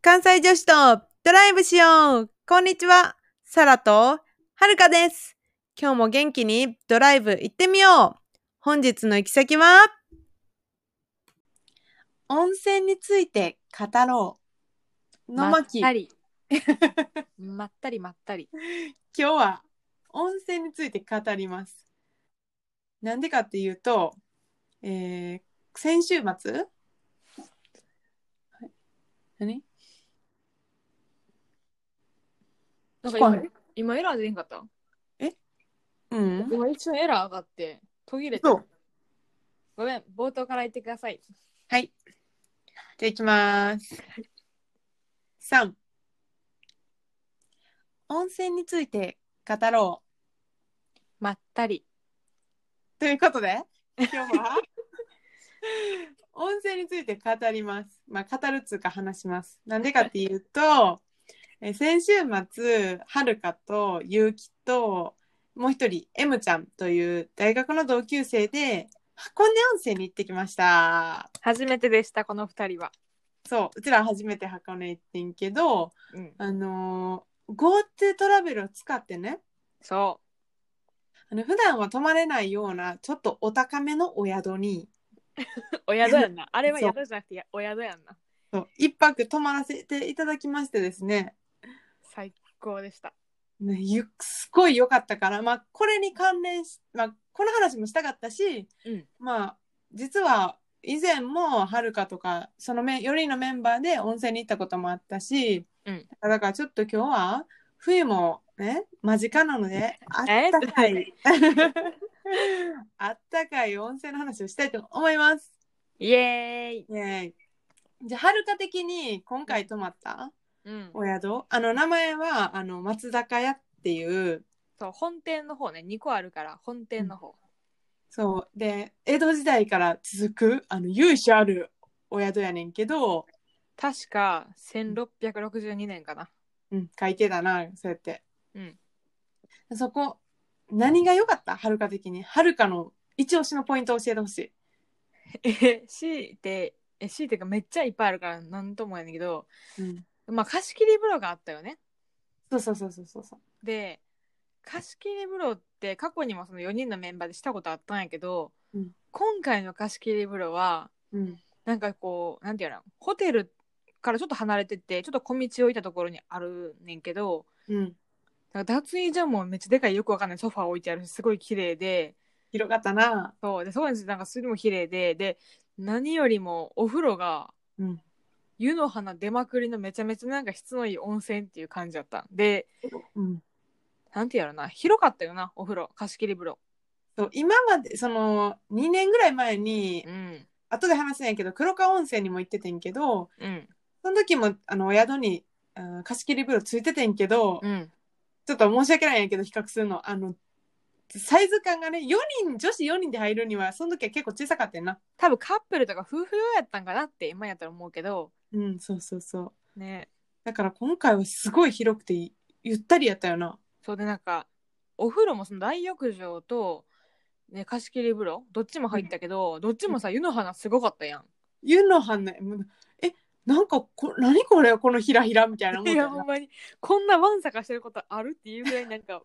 関西女子とドライブしようこんにちはサラとはるかです今日も元気にドライブ行ってみよう本日の行き先は温泉について語ろうのまきまった今りまったりまったり日は温泉について語りますなんでかっていうと、えー、先週末はい何なん聞かこえな今い今エラー出んかったうん今一瞬エラー上がって途切れたそうごめん冒頭から言ってくださいはい。じゃあいきます。3温泉について語ろまったりう。ということで、今日 は温泉について語ります。まあ、語るっつうか話します。なんでかっていうと、え先週末、はるかとゆうきと、もう一人、M ちゃんという大学の同級生で、箱根温泉に行ってきました。初めてでしたこの二人は、そううちら初めて箱根行ってんけどうん、あのー GoTo トラベルを使ってねそあの普段は泊まれないようなちょっとお高めのお宿にうお宿やんなあれはそう宿じゃなくてやお宿やんなそう一泊泊まらせていただきましてですね最高でしたねゆすごい良かったから、まあ、これに関連し、まあ、この話もしたかったし、うんまあ実は以前もはるかとかそのめ4人のメンバーで温泉に行ったこともあったし、うんだからちょっと今日は冬もね間近なのであっ えたかい あったかい温泉の話をしたいと思います。イエーイ、イエーイじゃあはるか的に今回泊まったうん、お宿あの名前はあの松坂屋っていうそう本店の方ね2個あるから本店の方、そうで江戸時代から続くあの由緒あるお宿やねんけど、確か1662年かな うん、書いてたなそうやって、うん、そこ何が良かったはるか的にはるかの一押しのポイントを教えてほしい、え、強いて、え、強いてかめっちゃいっぱいあるからなんともやねんけど、うん、まあ貸し切り風呂があったよね。そうそうそうそうそうそうで、貸し切り風呂って過去にもその4人のメンバーでしたことあったんやけど、うん今回の貸し切り風呂は、うんなんかこう、なんていうの、ホテルからちょっと離れてて、ちょっと小道を置いたところにあるねんけど、うんなんか脱衣所もめっちゃでかいよくわかんないソファー置いてあるし、すごい綺麗で、広かったなそう、で、そうなんですなんかそれも綺麗で、で、何よりもお風呂が、うん湯の花出まくりのめちゃめちゃなんか質のいい温泉っていう感じだったでうんなんてやろな広かったよなお風呂貸し切り風呂そう今までその2年ぐらい前にうん後で話すんやけど黒川温泉にも行っててんけどうんその時もあのお宿に、うん貸し切り風呂ついててんけど、うんちょっと申し訳ないんやけど比較するのあのサイズ感がね4人女子4人で入るにはその時は結構小さかったよな多分カップルとか夫婦用やったんかなって今やったら思うけどうんそうそうそうねだから今回はすごい広くていゆったりやったよなそうでなんかお風呂もその大浴場と、ね、貸し切り風呂どっちも入ったけど、どっちもさ湯の花すごかったやん湯の花ねもうえなんかこ何これこのひらひらみたいな思っいたやよほんなまにこんなわんさかしてることあるっていうぐらいなんか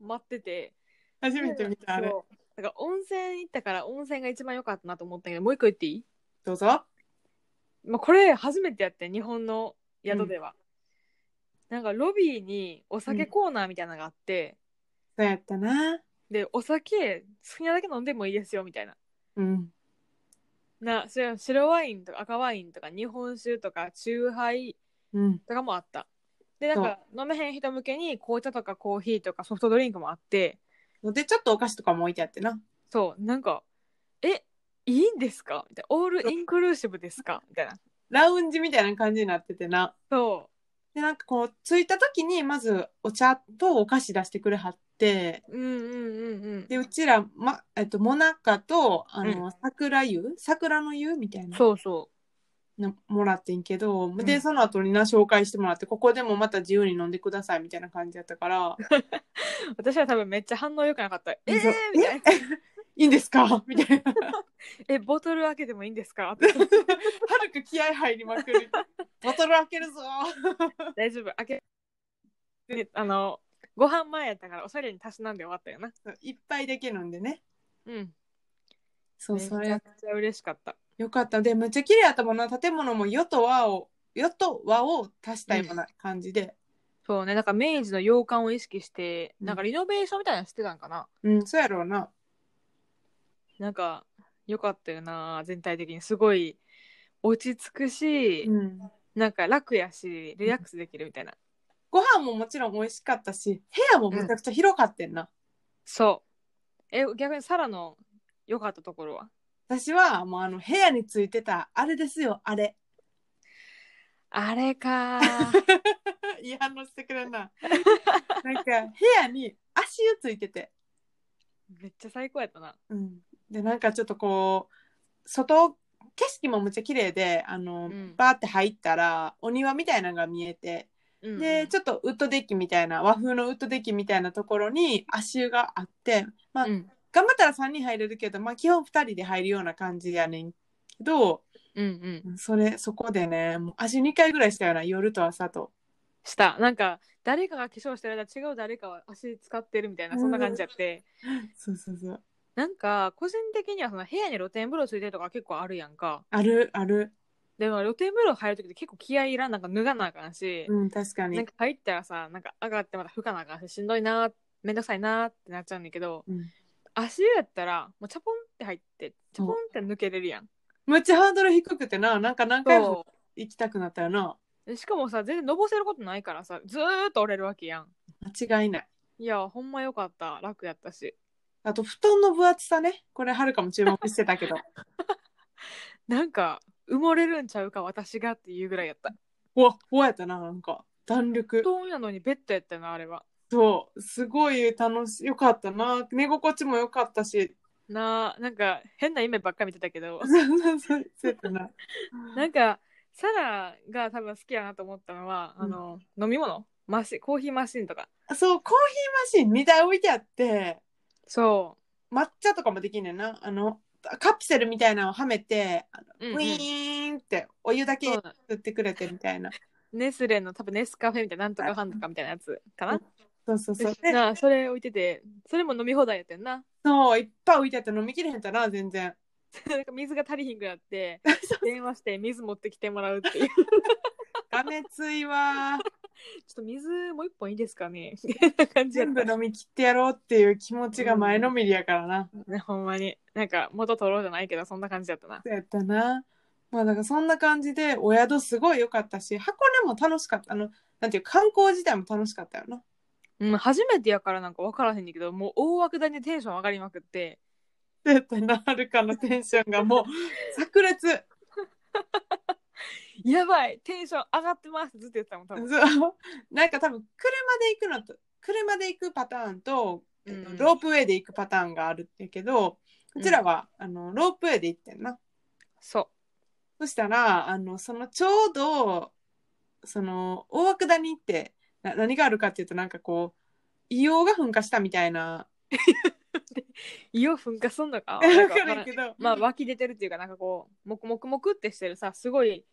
待ってて初めて見たあれそうだから温泉行ったから温泉が一番良かったなと思ったけどもう一個言っていい、どうぞまあ、これ初めてやってん日本の宿では、なんかロビーにお酒コーナーみたいなのがあって、そうやったなでお酒好きなだけ飲んでもいいですよみたいなうんなそれは白ワインとか赤ワインとか日本酒とかチューハイうんとかもあったでなんか飲めへん人向けに紅茶とかコーヒーとかソフトドリンクもあってでちょっとお菓子とかも置いてあってなそうなんかえいいんですかみたいなオールインクルーシブですかみたいなラウンジみたいな感じになっててなそうでなんかこう着いた時にまずお茶とお菓子出してくれはってうんうんうんうんでうちら、まえっと、モナカとあの、桜湯桜の湯みたいなそうそのもらってんけど、うでんその後にな紹介してもらってここでもまた自由に飲んでくださいみたいな感じやったからう私は多分めっちゃ反応良くなかったえーそう、 みたいなえいいんですかみたいな え、ボトル開けてもいいんですかはるか気合入りまく る。ボトル開けるぞ。大丈夫、開け。ね、あの、ご飯前やったから、おしゃれにたしなんで終わったよな。いっぱいできるんでね。うん。そう、めちそゃれくちゃ嬉しかった。よかった。で、むっちゃ綺麗やったもんな。建物も世と和を、世と和を足したような感じで。そうね、なんか明治の洋館を意識して、うんなんかリノベーションみたいなのしてたんかな。うん、そうやろうな。なんか、良かったよな、全体的に。すごい、落ち着くし、うん。なんか楽やし、リラックスできるみたいな。ご飯ももちろん美味しかったし、部屋もめちゃくちゃ広かってんな。そう。え、逆にサラの良かったところは私はもうあの部屋についてた、あれですよ、あ れ。あれかいい反応してくれんな。 なんか部屋に足湯ついてて。めっちゃ最高やったな。うん、でなんかちょっとこう外景色もむっちゃ綺麗であの、うんバーって入ったらお庭みたいなのが見えて、うんでちょっとウッドデッキみたいな和風のウッドデッキみたいなところに足湯があって、まあうん頑張ったら3人入れるけど、まあ、基本2人で入るような感じやねんけどうんうん。それそこでねもう足2回ぐらいしたような夜と朝とした。なんか、誰かが化粧してる間、違う誰かは足使ってるみたいな、そんな感じやって。そうそうそうなんか、個人的にはその部屋に露天風呂ついてるとか結構あるやんか。あるあるでも露天風呂入るときって結構気合いいらん、なんか脱がなあかんし、うん確かになんか入ったらさ、なんか上がってまた吹かなあかんし、しんどいな、めんどくさいなってなっちゃうんだけど、うん足湯やったら、もうチャポンって入って、チャポンって抜けれるやん。むっちゃハードル低くてななんか何回もそ行きたくなったよなう。でしかもさ、全然登せることないからさ、ずーっと折れるわけやん。間違いないいや、ほんまよかった。楽やったし。あと布団の分厚さねこれはるかも注目してたけ どなんか、埋もれるんちゃうか、私がっていうぐらいやった。うわこうやったななんか弾力布団やのにベッドやったよな、あれは。そうすごい楽しよかったな寝心地も良かったし なあ、なんか、変な夢ばっか見てたけどそ、うそうそうそうやったな なんか、サラが多分好きやなと思ったのは、あの、飲み物マシン、コーヒーマシンとか。そうコーヒーマシン2台置いてあってそ抹茶とかもできんねんなあのカプセルみたいなのをはめて、あのう。うんウィうーンってお湯だけそう振ってくれてみたいな、ん、ネスレの多分ネスカフェみたいななんとかファンとかみたいなやつかな。そうそうそうでなあそれ置いててそれも飲み放題やってんな。 そういっぱい置いてあって飲みきれへんたな全然なんか水が足りひんくなって 電話して水持ってきてもらうっていう。がめついわーちょっと水もう一本いいですか ねみたいな感じや っ全部飲み切ってやろうっていう気持ちが前のめりやからな。た。ね、ほんまに。なんか、元取ろうじゃないけど、そんな感じだったな。そうやったな。まあだからそんな感じでお宿すごい良かったし箱根も楽しかったあのなんていう観光自体も楽しかったよな。 うん、初めてやからなんか分からへんねんけど、もう大枠だにテンション上がりまくって、そうやったなはるかのテンションがもう炸裂やばいテンション上がってますずっと言ってたもん、多分。そう なんか多分車で行くのと車で行くパターンと、えっとうんロープウェイで行くパターンがあるんだけどこちらは、あのロープウェイで行ってんな。そそしたら、あの、そのちょうど、その、大涌谷って、な何があるかっていうと、なんかこう、硫黄が噴火したみたいな、う。胃を噴火すんの かわなんかわからるんけど、まあ、湧き出てるっていうか、なんかこう、もくもくもくってしてるさ、すごい、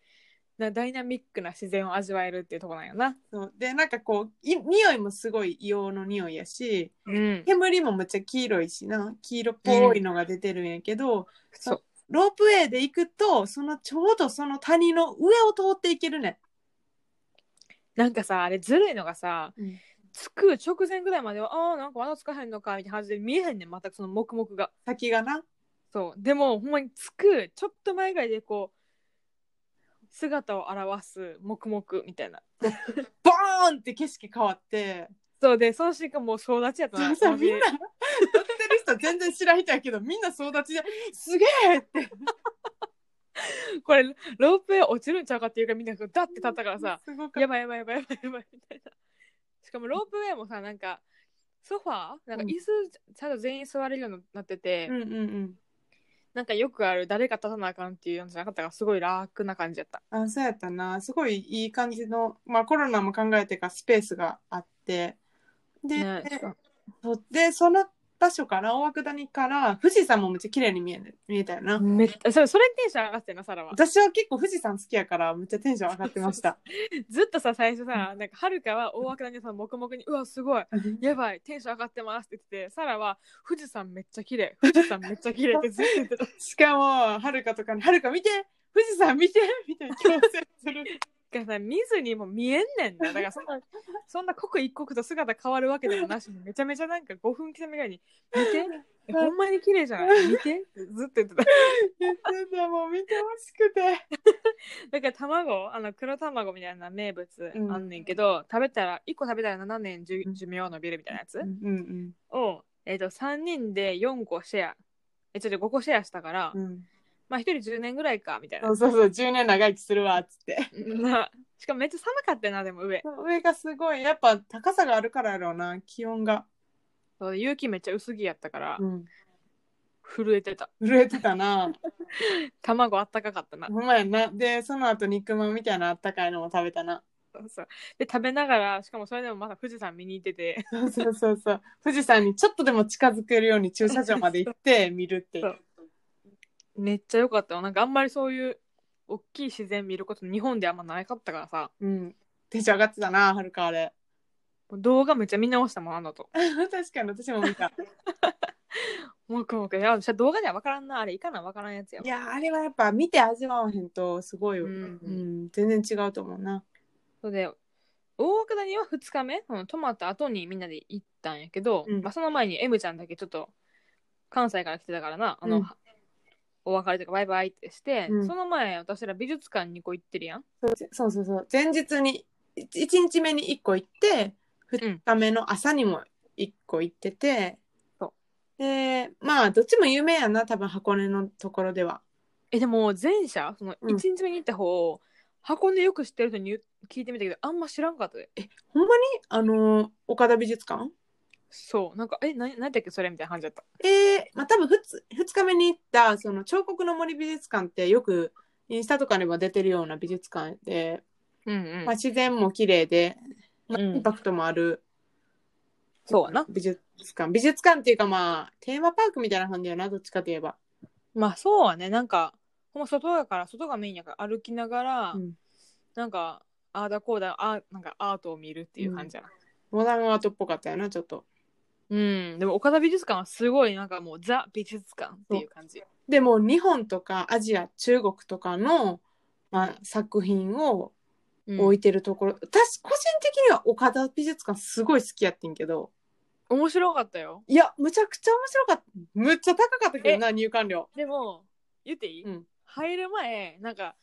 なダイナミックな自然を味わえるっていうとこなんよな。そうで、なんかこう、い匂いもすごい硫黄の匂いやし、うん。煙もめっちゃ黄色いしな、黄色っぽいのが出てるんやけど、そう。ロープウェイで行くと、そのちょうどその谷の上を通っていけるね。なんかさ、あれずるいのがさ、うん着く直前ぐらいまでは、ああ、なんかまだつかへんのか、みたいな感じで見えへんねん、全くその黙々が。先がな。そう。でも、ほんまにつく、ちょっと前ぐらいでこう、姿を現す、黙々みたいな。ボーンって景色変わって、そうで、その瞬間もう総立ちやったそうな。さマジみでんな乗ってる人全然知らん人やけどみんな総立ちですげえってこれ、ロープウェイ落ちるんちゃうかっていうか、みんなこうダッて立ったからさ、すごかやったばいやばいやばいやばいやばいみたいな。しかもロープウェイもさ、なんか、ソファーなんか椅子、ちゃんと全員座れるようになってて、うんうんうんなんかよくある誰か立たなあかんっていうのじゃなかったからすごい楽な感じやった。あそうやったなすごいいい感じの、まあ、コロナも考えてかスペースがあってで,、ね、そでその場所から大涌谷から富士山もめっちゃ綺麗に見え見えたよな、めっそれそれテンション上がってんなサラは私は結構富士山好きやからめっちゃテンション上がってました ずっとさ最初さなんかはるかは大涌谷さん黙々に「うわすごいやばいテンション上がってます」って言っててサラは「富士山めっちゃ綺麗富士山めっちゃ綺麗ってずっと言ってたしかもはるかとかに「はるか見て富士山見て!」みたいな強制する だからさ見ずにも見えんねんなだからそんなそんな刻一刻と姿変わるわけでもなしにめちゃめちゃなんか5分刻みぐらいに「見てえほんまに綺麗じゃない見て」ってずっと言ってた言ってたもう見てほしくてだから卵あの黒卵みたいな名物うんあんねんけど、食べたら1個食べたら7年寿寿命延びるみたいなやつ、うんを、えー、と3人で4個シェアえちょっと5個シェアしたから、うんうんまあ1人10年ぐらいかみたいそなうそうそう10年長生きするわっつってな しかもめっちゃ寒かったよなでも上上がすごいやっぱ高さがあるからやろうな気温が、そう勇気めっちゃ薄着やったから、うん、震えてた震えてたな卵あったかかったな、ほんまやなでその後肉まんみたいなあったかいのも食べたなそうそうで食べながらしかもそれでもまだ富士山見に行っててそうそうそうそう富士山にちょっとでも近づけるように駐車場まで行って見るっていうめっちゃ良かったよなんかあんまりそういう大きい自然見ること日本であんまなかったからさうんテンション上がってたなはるかあれ もう動画めっちゃ見直したもんあのと確かに私も見たもくもくいや私は動画では分からんなあれいかな分からんやつやわいやあれはやっぱ見て味わわへんとすごい、うんうん全然違うと思うなそうで大涌谷は2日目、うん、泊まった後にみんなで行ったんやけど、うんまあ、その前に M ちゃんだけちょっと関西から来てたからなあの、うんお別れとかバイバイってして、うんその前私ら美術館にこう行ってるやんそうそうそう前日に1日目に1個行って2日目の朝にも1個行ってて、そでまあどっちも有名やな多分箱根のところではえでも前者そのうん1日目に行った方、箱根よく知ってる人に言う聞いてみたけどあんま知らんかったでほんまにあの岡田美術館そうなんかえな何だっけそれみたいな感じだったえー、まあ多分 2, 2日目に行ったその彫刻の森美術館ってよくインスタとかにも出てるような美術館で、うんうん、まあ、自然も綺麗で、まあうんインパクトもある、そうやな美術館美術館っていうかまあテーマパークみたいな感じだよなどっちかといえばまあそうはねなんかほんま外やから外がメインやから歩きながら、うんなんかああだこうだあーなんかアートを見るっていう感じやなモダンアートっぽかったよなちょっとうん、でも岡田美術館はすごいなんかもうザ美術館っていう感じでも日本とかアジア中国とかの、まあ、作品をうん置いてるところ、私個人的には岡田美術館すごい好きやってんけど面白かったよいやむちゃくちゃ面白かったむっちゃ高かったけどな入館料でも言っていい、うん入る前なんか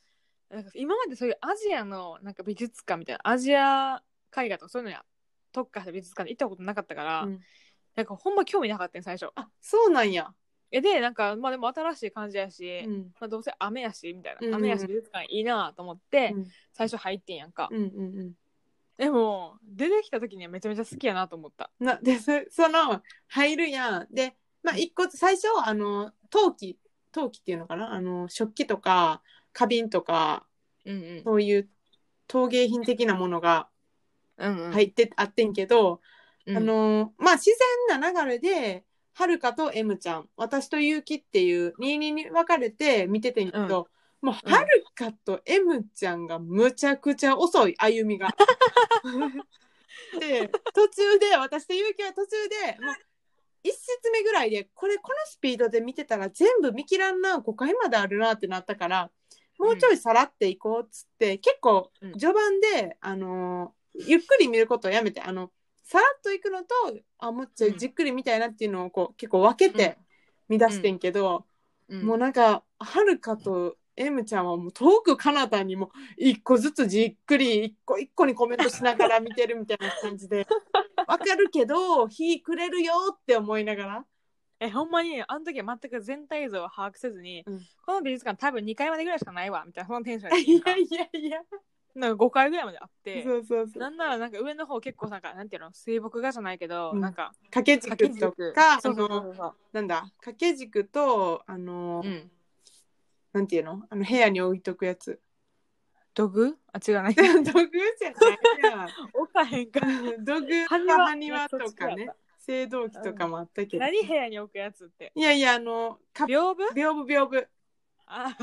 なんか今までそういうアジアのなんか美術館みたいなアジア絵画とかそういうのに特化した美術館に行ったことなかったから、うんなんかほんま興味なかったよ最初あそうなんや、えでなんかまあでも新しい感じやし、うんまあ、どうせ雨やしみたいうんうんうんな雨やし美術館いいなと思って、うん最初入ってんやんか、うんうんうんでも出てきた時にはめちゃめちゃ好きやなと思ったなでそその入るやんでまあ一個最初あの陶器陶器っていうのかなあの食器とか花瓶とかうんうんそういう陶芸品的なものがうんうん入って、あってんけど、うんあのまあ自然な流れではるかと M ちゃん私と結城っていう22に分かれて見ててんけど、もううんはるかと M ちゃんがむちゃくちゃ遅い歩 みが。で途中で私と結城は途中でもう1節目ぐらいでこれこのスピードで見てたら全部見切らんな5回まであるなってなったからもうちょいさらっていこうっつって、結構うん序盤で、あのゆっくり見ることをやめてあのさらっといくのとあもうちょいじっくり見たいなっていうのをこう結構分けて見出してんけど、うんもうなんかはるかと M ちゃんはもう遠く彼方にも一個ずつじっくり一個一個にコメントしながら見てるみたいな感じ でわかるけど日暮れるよって思いながらえほんまにあの時は全く全体像を把握せずに、うんこの美術館多分2回までぐらいしかないわみたいなそのテンションやった いやいやいやなんか5回ぐらいまであってそうそうそうなんならなんか上の方結構なんかなんていうの水墨画じゃないけど、うんなんか掛け軸とかそうそうあそのうそなんだ掛け軸とあの、う、うん、なんていうのあの部屋に置いとくやつ土偶あ違う ない道具じゃないやん 置かへんか道具埴と輪埴輪とかね。青銅器とかもあったけど。何部屋に置くやつっていやいや、あの、カップ、屏屏風風、屏風。あ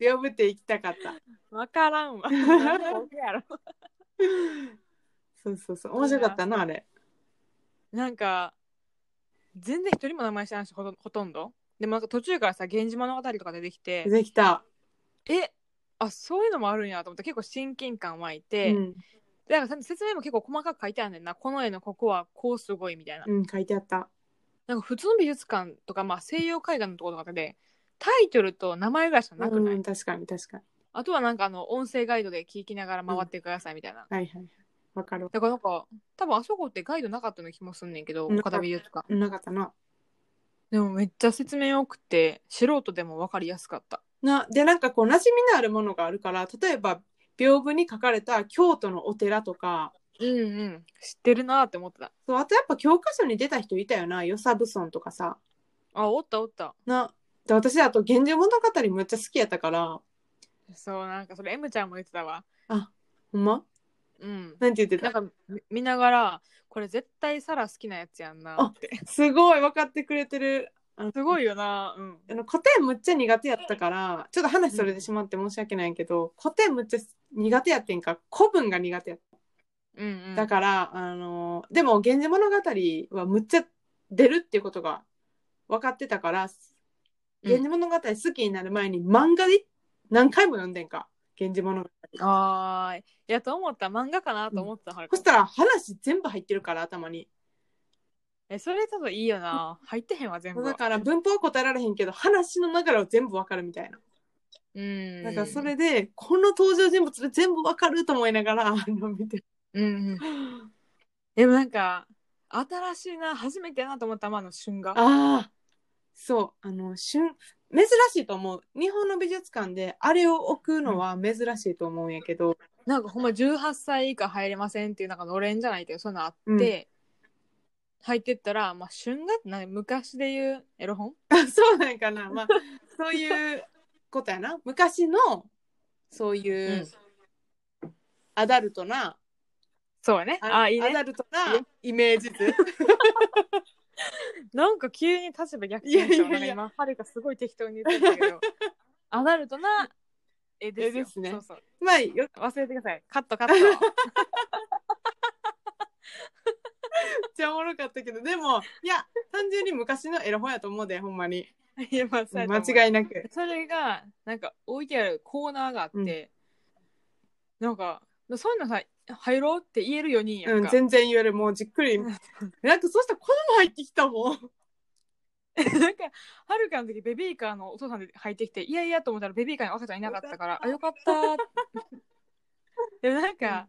屏風って行きたかった。 わからんわ 何の部屋やろそうそうそう。面白かったな、あれ。なんか全然一人も名前知らないしほとんほとんどでもなんか途中からさ「源氏物語」とか出てきてできた。えあそういうのもあるんやと思って結構親近感湧いて、うん。でなんかさ説明も結構細かく書いてあるねんなこの絵のここはこうすごいみたいな、うん、書いてあった。なんか普通の美術館とか、まあ、西洋絵画のところとかでタイトルと名前ぐらいしかなくない、うん、確かに確かに。あとはなんかあの音声ガイドで聞きながら回ってくださいみたいな、はいはいはい。わかるわ。だからなんか多分あそこってガイドなかったような気もすんねんけどうん岡田美術館なかったな。でもめっちゃ説明よくて素人でも分かりやすかったな、で、なんかこう、馴染みのあるものがあるから、例えば、屏風に書かれた京都のお寺とか、うんうん知ってるなーって思ってたそうあとやっぱ教科書に出た人いたよな、与謝蕪村とかさ。あおったおったな、で私、あと、源氏物語めっちゃ好きやったから、そうなんかそれ M ちゃんも言ってたわほんまうんなんて言ってなんたかみ見ながらこれ絶対サラ好きなやつやんなってすごい分かってくれてる。すごいよなうんあの古典むっちゃ苦手やったからちょっと話それてしまって申し訳ないけど、古典むっちゃ苦手やってんか古文が苦手やっうん、うたん、だから、あのでも「源氏物語」はむっちゃ出るっていうことが分かってたから「うん源氏物語」好きになる前に漫画で何回も読んでんか「源氏物語」あーいやと思った漫画かなと思ってた、はるかそしたら話全部入ってるから頭にえそれちょっといいよな入ってへんわ全部だはから文法は答えられへんけど話の流れは全部分かるみたいなうんなんかそれで、この登場人物で全部わかると思いながら、あの、見てる。うんうんでもなんか新しいな初めてやなと思ったまあの春画ああ、そう、あの、瞬、珍しいと思う。日本の美術館であれを置くのは珍しいと思うんやけど、 なんかほんま18歳以下入れませんっていうなんかのれんじゃないけどそういうのあって、うん入ってったら、まあ、春画って何昔で言うエロ本そうなんかな、まあ、そういうことやな。昔の、そういう、うんアダルトな、そうやねあいいアねダルトなイメージ図。 なんか急に立場逆転しいやいたわなやいんかや今はるかすごい適当に言ってたけどアダルトな絵ですよ絵ですねそうそうまあ、よ忘れてくださいカットカットっちゃおもろかったけど、でも、いや、単純に昔のエロ本やと思うで、ほんまに。いやまあそうやと思う間違いなく。それがなんか置いてあるコーナーがあって、なんかそういうのさ入ろうって言える4人やうんん、か、全然言える。もうじっくり。なんかそうしたら子供入ってきたもん。 なんかはるかの時ベビーカーのお父さんで入ってきていやいやと思ったらベビーカーに赤ちゃんいなかったからあよかったー でもなんか、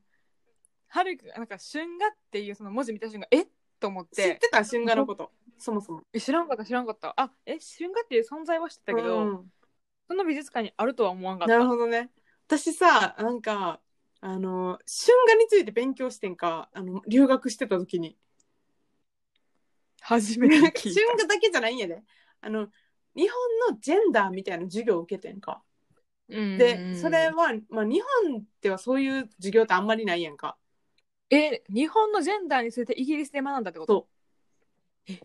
はるかなんか「春画」っていうその文字見た瞬間えっと思っ知っててた春画のこと。そもそも。え知らんかった知らんかったあえ春画っていう存在は知ってたけど、うんその美術館にあるとは思わんかったなるほどね。私さ、なんか、あの、春画について勉強してんか、あの、留学してた時に。初め春て画聞いただけじゃないんやで。あの、日本のジェンダーみたいな授業を受けてんか。うんで、それは、まあ、日本ではそういう授業ってあんまりないやんか。え、日本のジェンダーについてイギリスで学んだってことそ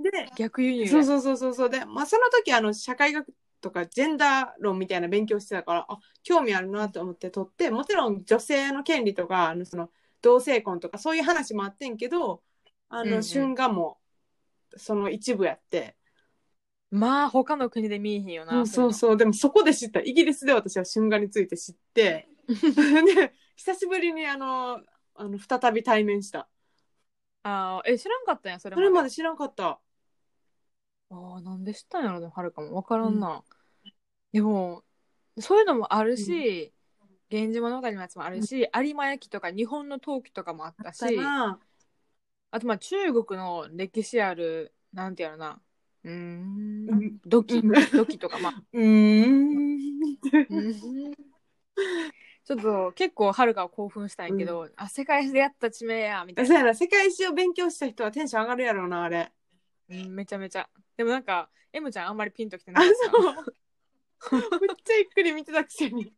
で、逆輸入やそうそうそうそうそうで、まあ、その時あの社会学とかジェンダー論みたいな勉強してたからあ興味あるなと思って取ってもちろん女性の権利とかあのその同性婚とかそういう話もあってんけどあうんうのん春画もその一部やって、まあ、他の国で見えへんよな。そうそうでもそこで知ったイギリスで私は春画について知って で久しぶりにあのあの再び対面したう。あーえ、知らんかったんや、それそれまで。知らんかったあーなんで知ったんやろね、はるかも。わからんな。でも、そういうのもあるし、源氏物語のやつもあるし、有馬焼とか日本の陶器とかもあったし、なあとまあ中国の歴史ある、なんてやろな、うー、うんん土器うん、土器とか、 まあ、うーんちょっと結構はるかは興奮したんやけど、あ世界史でやった地名やみたいそうな、やな世界史を勉強した人はテンション上がるやろうなあれうんめちゃめちゃでもなんか M ちゃんあんまりピンときてあないそうめ っちゃゆっくり見てたくせに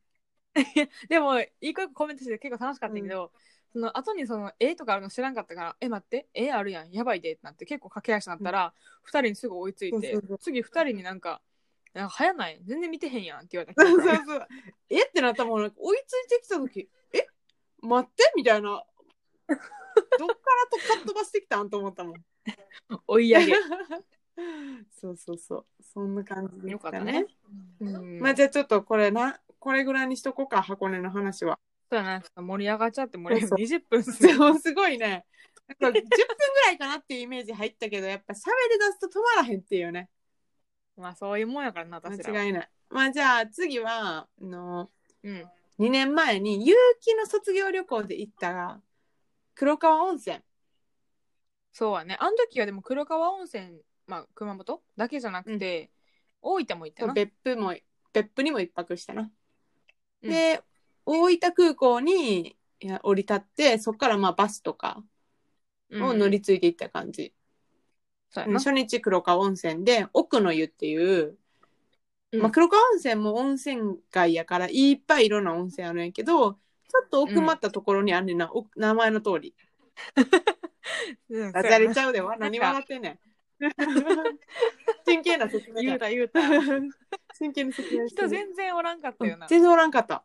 でもいい子コメントしてて結構楽しかったんやけど、その後にその絵とかあるの知らんかったから「え待って絵あるやんやばいで」ってなって結構駆け足になったら、二人にすぐ追いついてそうそうそう次二人になんか「なんか早ない全然見てへんやん」って言われたそうそうそう。えってなったもん、なんか追いついてきた時、え待ってみたいな。どっからとかっ飛ばしてきたんと思ったもん。 追い 上げそうそうそう。そんな感じで、よかったね。。うん、まあじゃあちょっとこれな、これぐらいにしとこうか、箱根の話は。 そうやななんか盛り上がっちゃって盛り上がって20分っすでねもすごいね。なんか10分ぐらいかなっていうイメージ入ったけど、やっぱ喋り出すと止まらへんっていうね。まあそういうもんやからな私らは間違いない。まあじゃあ次は、あの、うん2年前に結城の卒業旅行で行った黒川温泉。そうやねあの時はでも黒川温泉まあ熊本だけじゃなくて、大分も行ったな別府も別府にも一泊したな、うんで大分空港にいや降り立ってそこからまあバスとかを乗うんり継いでいった感じ、そうやうんな初日黒川温泉で奥の湯っていう、うんまあ、黒川温泉も温泉街やからいっぱいいろんな温泉あるんやけどちょっと奥まったところにあるねんな、お名前の通り うんダそジャうやなレちゃうでわなんか何笑ってんねん真剣な説明言うだた言 うた真剣に説明して人る全然おらんかったよう。なん全然おらんかった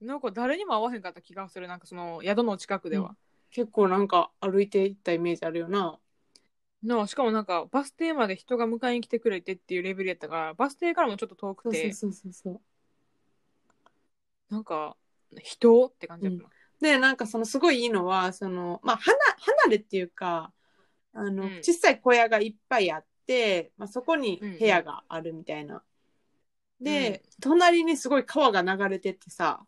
なんか誰にも会わへんかった気がする。なんかその宿の近くでは。結構なんか歩いていったイメージあるよな。なあしかもなんかバス停まで人が迎えに来てくれてっていうレベルやったから、バス停からもちょっと遠くて、そうそうそう。なんか人って感じだったな。でなんかそのすごいいいのはそのまあ離離れっていうかあの、うん小さい小屋がいっぱいあって、まあ、そこにうんうん部屋があるみたいな。で、う隣にすごい川が流れてってさ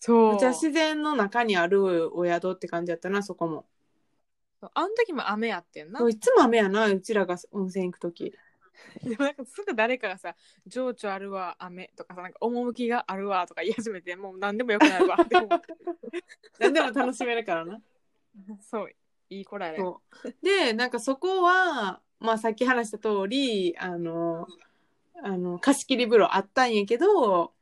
そめっちゃう。自然の中にあるお宿って感じやったなそこも。あの時も雨やってんな。そういつも雨やなうちらが温泉行く時。 でもなんかすぐ誰かがさ、情緒あるわ、雨とかさ、なんか趣があるわとか言い始めて、もう何でもよくなる わって思う 何でも楽しめるからな。そう。いい子らやね。そうでなんかそこは、まあ、さっき話した通りあのあの貸し切り風呂あったんやけど、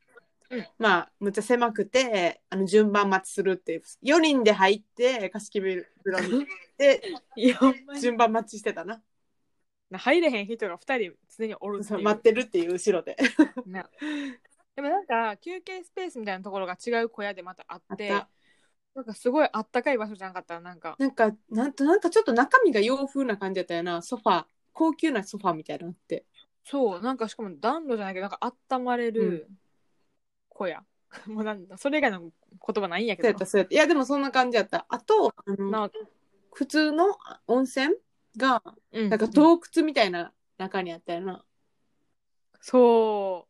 うんまあむっちゃ狭くてあの順番待ちするっていう4人で入って貸し切り風呂に行 っていや、ほんまに順番待ちしてたな入れへん人が2人常におるってそいうう。待ってるっていう後ろでなでもなんか休憩スペースみたいなところが違う小屋でまたあってあったなんかすごいあったかい場所じゃなかったなんかなんかなんとなんかちょっと中身が洋風な感じだったよなソファー高級なソファーみたいなのあってそうなんかしかも暖炉じゃないけどなんか温まれる小屋、 もうなんだそれ以外の言葉ないんやけそうやどったそうやったいやでもそんな感じやったあとあのな普通の温泉がうんなんか洞窟みたいな中にあったよな。そ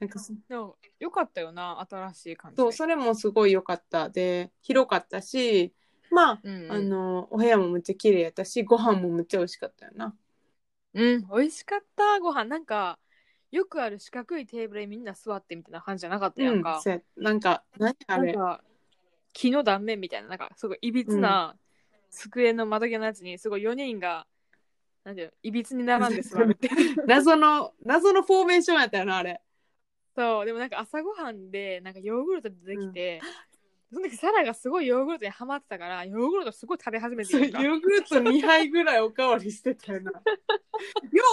なんかそうでもよかったよな新しい感じでそう、それもすごい良かった。で、広かったし、まあ、うんうんあの、お部屋もめっちゃ綺麗やったし、ご飯もめっちゃ美味しかったよな。うん美味しかったご飯なんかよくある四角いテーブルにみんな座ってみたいな感じじゃなかったやうんんか、、そうやなんか、何あなんれ。か木の断面みたいななんかすごいいびつな机の窓際のやつにすごい4人がなんていうのいびつに並んで座るって謎の、謎のフォーメーションやったよな、あれ。 そうでもなんか朝ごはんでなんかヨーグルト出てきて、その時サラがすごいヨーグルトにハマってたからヨーグルトすごい食べ始めてそうるヨーグルト2杯ぐらいおかわりしてたよ な。よ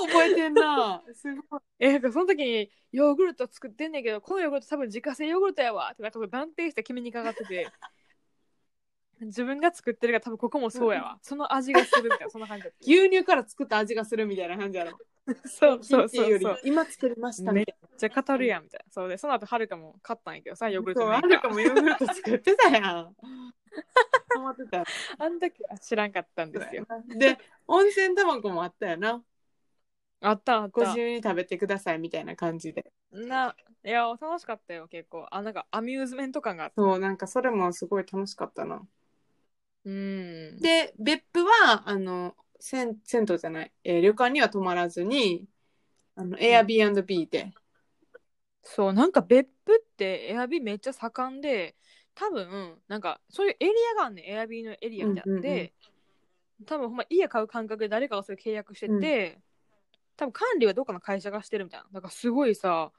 う覚えてんな。すごい。えなんかその時にヨーグルト作ってんねんけどこのヨーグルト多分自家製ヨーグルトやわってなんかこう断定して君にかかってて自分が作ってるから多分ここもそうやわその味がするみたいなそんな感じだった牛乳から作った味がするみたいな感じやろ。 そうそうキッチそンうよりそう今作りましたみたいめっちゃ語るやんみたいな。そうで、その後はるかも買ったんやけどさ、な。ヨーグルトそうメーあカーるかもヨーグルト作ってたやん。ハマってたよ。 あんだけは知らんかったんですよ。で温泉卵もあったよなあったあっごた自。由に食べてくださいみたいな感じでな、いや、楽しかったよ、結構。あ、なんかアミューズメント感があった。そうなんかそれもすごい楽しかったなうん。で別府はあの銭銭湯じゃない、えー旅館には泊まらずにあの Airbnb で、そう、なんか別府ってエアビーめっちゃ盛んで、多分、なんかそういうエリアがあんねん、エアビーのエリアみたいなので、うんうん多分ほんま家買う感覚で誰かがそれ契約してて、多分管理はどっかの会社がしてるみたいな。なんかすごいさ、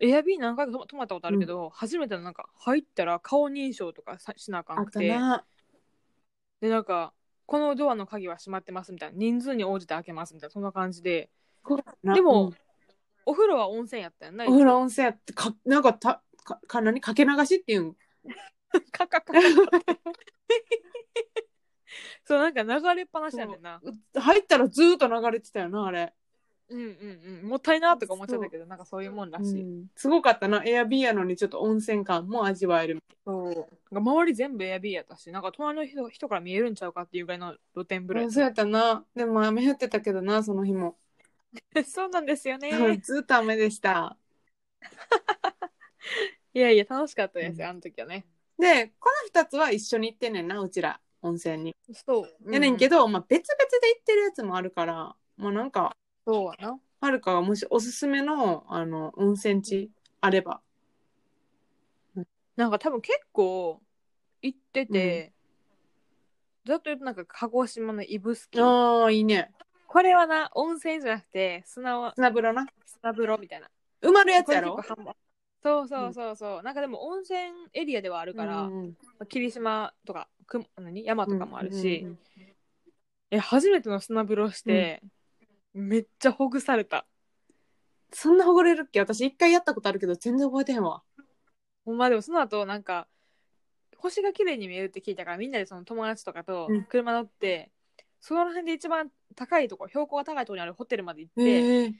エアビー何回か泊ま泊まったことあるけど、初めてのなんか入ったら顔認証とかさしなあかあんっくたてな。でなんかこのドアの鍵は閉まってますみたいな人数に応じて開けますみたいなそんな感じででも、うんお風呂は温泉やったよねお風呂温泉やって、か、なんかた、か、か、何かけ流しってい うん。カカカカカってそうなんか流れっぱなしやねんなう入ったらずーっと流れてたよな、あれ。うんうんうんもったいなとか思っちゃったけどなんかそういうもんらしい、うんすごかったな。エアビーやのにちょっと温泉感も味わえる。そうなんか周り全部エアビーやったしなんか隣の人人から見えるんちゃうかっていうぐらいの露天風呂やっそうやったな。でも雨降ってたけどな、その日も。た そうなんですよね ずーっと雨でした。いやいや楽しかったですよ、うんあの時はねで、この2つは一緒に行ってんねんな、うちら、温泉に。そうやねんけど、まあ、別々で行ってるやつもあるから、まあ、なんか、そうやなはるかがもしおすすめのあの温泉地あれば。なんか多分結構行ってて、ずっと言うとなんか鹿児島の指宿ああ、いいね。これはな温泉じゃなくて砂は砂風呂な。砂風呂みたいな埋まるやつやろこれ結構半分そうそうそうそう、なんかでも温泉エリアではあるから、うんうん霧島とかく何山とかもあるし、うんうんえ初めての砂風呂して、めっちゃほぐされたそんなほぐれるっけ私一回やったことあるけど全然覚えてへんわ。ほんまでもその後なんか星が綺麗に見えるって聞いたからみんなでその友達とかとうん車乗って、その辺で一番高いとこ標高が高いところにあるホテルまで行って、へえ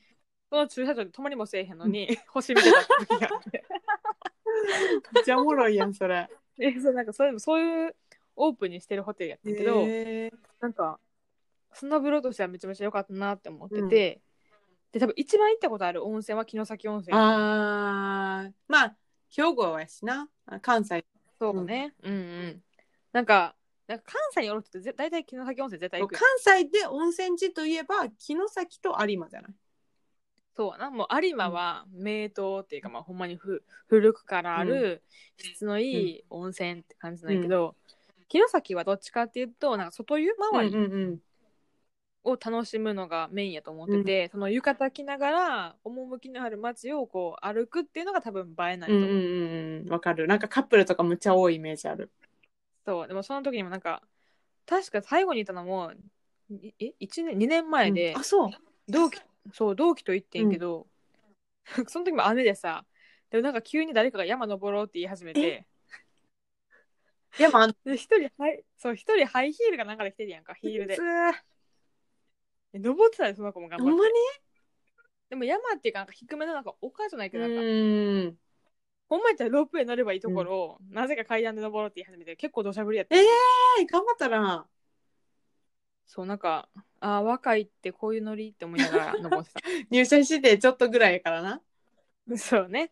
その駐車場で泊まりもせえへんのに、星見てた時があってめっちゃおもろいやん、それ。でそうなんかそれもそういうオープンにしてるホテルやったけど、へえなんか砂風呂としてはめちゃめちゃ良かったなって思ってて、で多分一番行ったことある温泉は城崎温泉あーまあ、兵庫やしな。あ関西。そうね、うん、うんなんかなんか関西におる人ってぜ大体城崎温泉絶対行関くよ西で温泉地といえば、城崎と有馬じゃないそうやなもう有馬は名湯っていうか、まあ、ほんまにふ古くからある質のいい温泉って感じなんやけど、城崎はどっちかっていうとなんか外湯周りうんうんを楽しむのがメインやと思ってて、その浴衣着ながら趣のある街をこう歩くっていうのが多分映えないとうん。うんう思う、んうん。わかる。なんかカップルとかむっちゃ多いイメージある。そうでもその時にもなんか確か最後にいたのもいえ1年2年前で、うんあ、そう。同期そう同期と言ってんけど、 その時も雨でさでもなんか急に誰かが山登ろうって言い始めて山あんで一人はいそう一人ハイヒールがなんかで来てるやんかヒールでつで登ってたよその子も頑ほ張っんてまにでも山っていうかなんか低めのなんか丘じゃないけどなんか、うん。ほんまやったらロープウェイ乗ればいいところを、なぜか階段で登ろうって言い始めて結構土砂降りやったええー、頑張ったな。そうなんかああ若いってこういうノリって思い ながら登ってた入社してちょっとぐらいやからな。 そうね。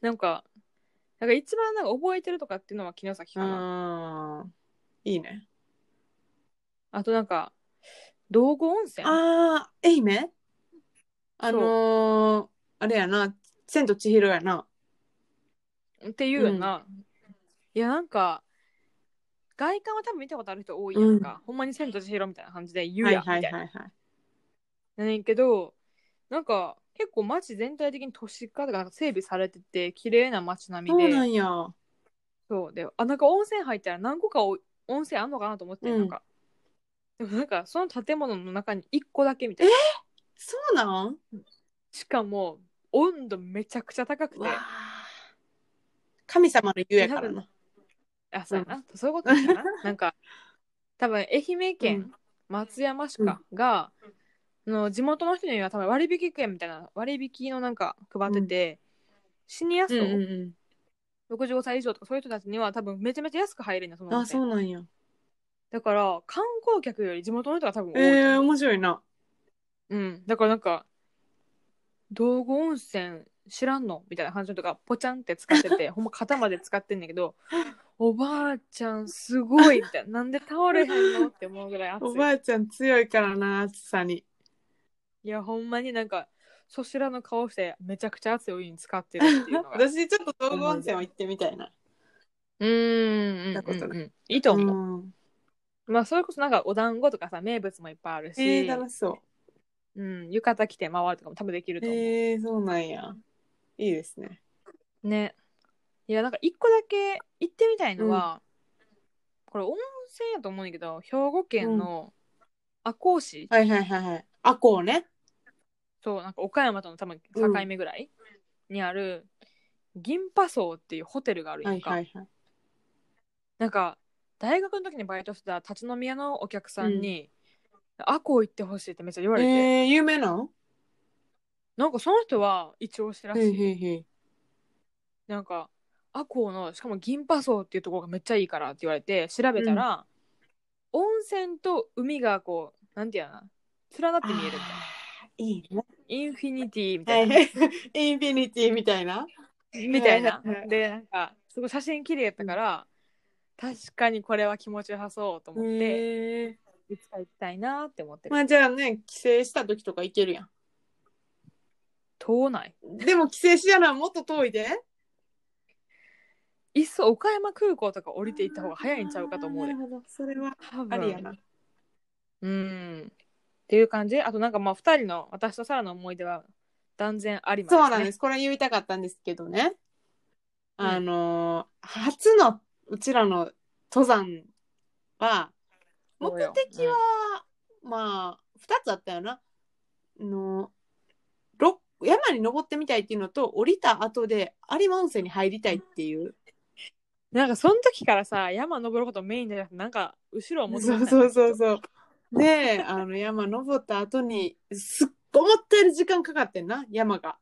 なんか、なんか一番なんか覚えてるとかっていうのは城崎かな。うん。いいね。あとなんか、道後温泉あー、愛媛あのー、あれやな、千と千尋やな。っていうような。いや、なんか、外観は多分見たことある人多いやんか。ほんまに千と千尋みたいな感じで湯はいやみたはいいな。はいはい。やねんけど、なんか結構街全体的に都市化とかなんか整備されてて、綺麗な街並そみうで。なんや。そうであなんか温泉入ったら何個かお温泉あんのかなと思って、うんなんかでもなんかその建物の中に1個だけみたいなそうなんしかも温度めちゃくちゃ高くてわー神様の湯やからな。あそうやな、そういうこと かななんか多分愛媛県松山市かが、あの地元の人には多分割引券みたいな割引のなんか配ってて、シニアうん層、うん65歳以上とかそういう人たちには多分めちゃめちゃ安く入れるんだそうん。の温あ、そ泉うなんや。だから観光客より地元の人が多分多いえー、と思う面白いな。うん、だからなんか道後温泉知らんのみたいな感じのとかポチャンって使ってて ほんま肩まで使ってんねんけどおばあちゃんすごいみたいななんで倒れへんのって思うぐらい熱いおばあちゃん強いからな、暑さに。いやほんまになんかそしらの顔してめちゃくちゃ熱いお湯に使ってるっていうのがう私ちょっと道後温泉は行ってみたいな。ーん うんなことうんなうんいいと思うう、んまあそれこそなんかお団子とかさ名物もいっぱいあるし、えー、楽しそう。うん、浴衣着て回るとかも多分できると思う、えー、そうなんや。いいですね。ねいやなんか一個だけ行ってみたいのは、これ温泉やと思うんだけど兵庫県の赤穂市、はいはいはいはい。あこうね。そうなんか岡山との多分境目ぐらいにある銀波荘っていうホテルがあるやはんいか、はいはい。なんか大学の時にバイトしてた立ち飲み屋のお客さんに「アコ行ってほしい」ってめっちゃ言われて、えー、有名なのなんかその人は一応してらしへい、いへいへいなんかアコのしかも銀波荘っていうところがめっちゃいいからって言われて調べたら、温泉と海がこうなんていうのかな連なって見えるみたいなあーいい ね。インフィニティみたはいな、い。 インフィニティみたいな。みたいはないはいはいでなんかすごい写真綺麗やったから、確かにこれは気持ちよさそうと思って、へえ。いつか行きたいなって思ってる、まあじゃあね、帰省した時とか行けるや島内ん。でも帰省しやなもっと遠いで。いっそ岡山空港とか降りていった方が早いんちゃうかと思うあーでなるほど。それは多分ありやな。うんっていう感じあとなんかまあ2人の私とサラの思い出は断然あります、ね、そうなんですす。これ言いたかったんですけどね。あのー初のうちらの登山は、目的は、まあ、二つあったよな。あのろ山に登ってみたいっていうのと、降りた後で有馬温泉に入りたいっていう。なんかその時からさ山登ることメインじゃなくてなんか後ろを求そめてうたよそねうそうそう。で、あの山登った後に、すっごい思ったより時間かかってんな、山が。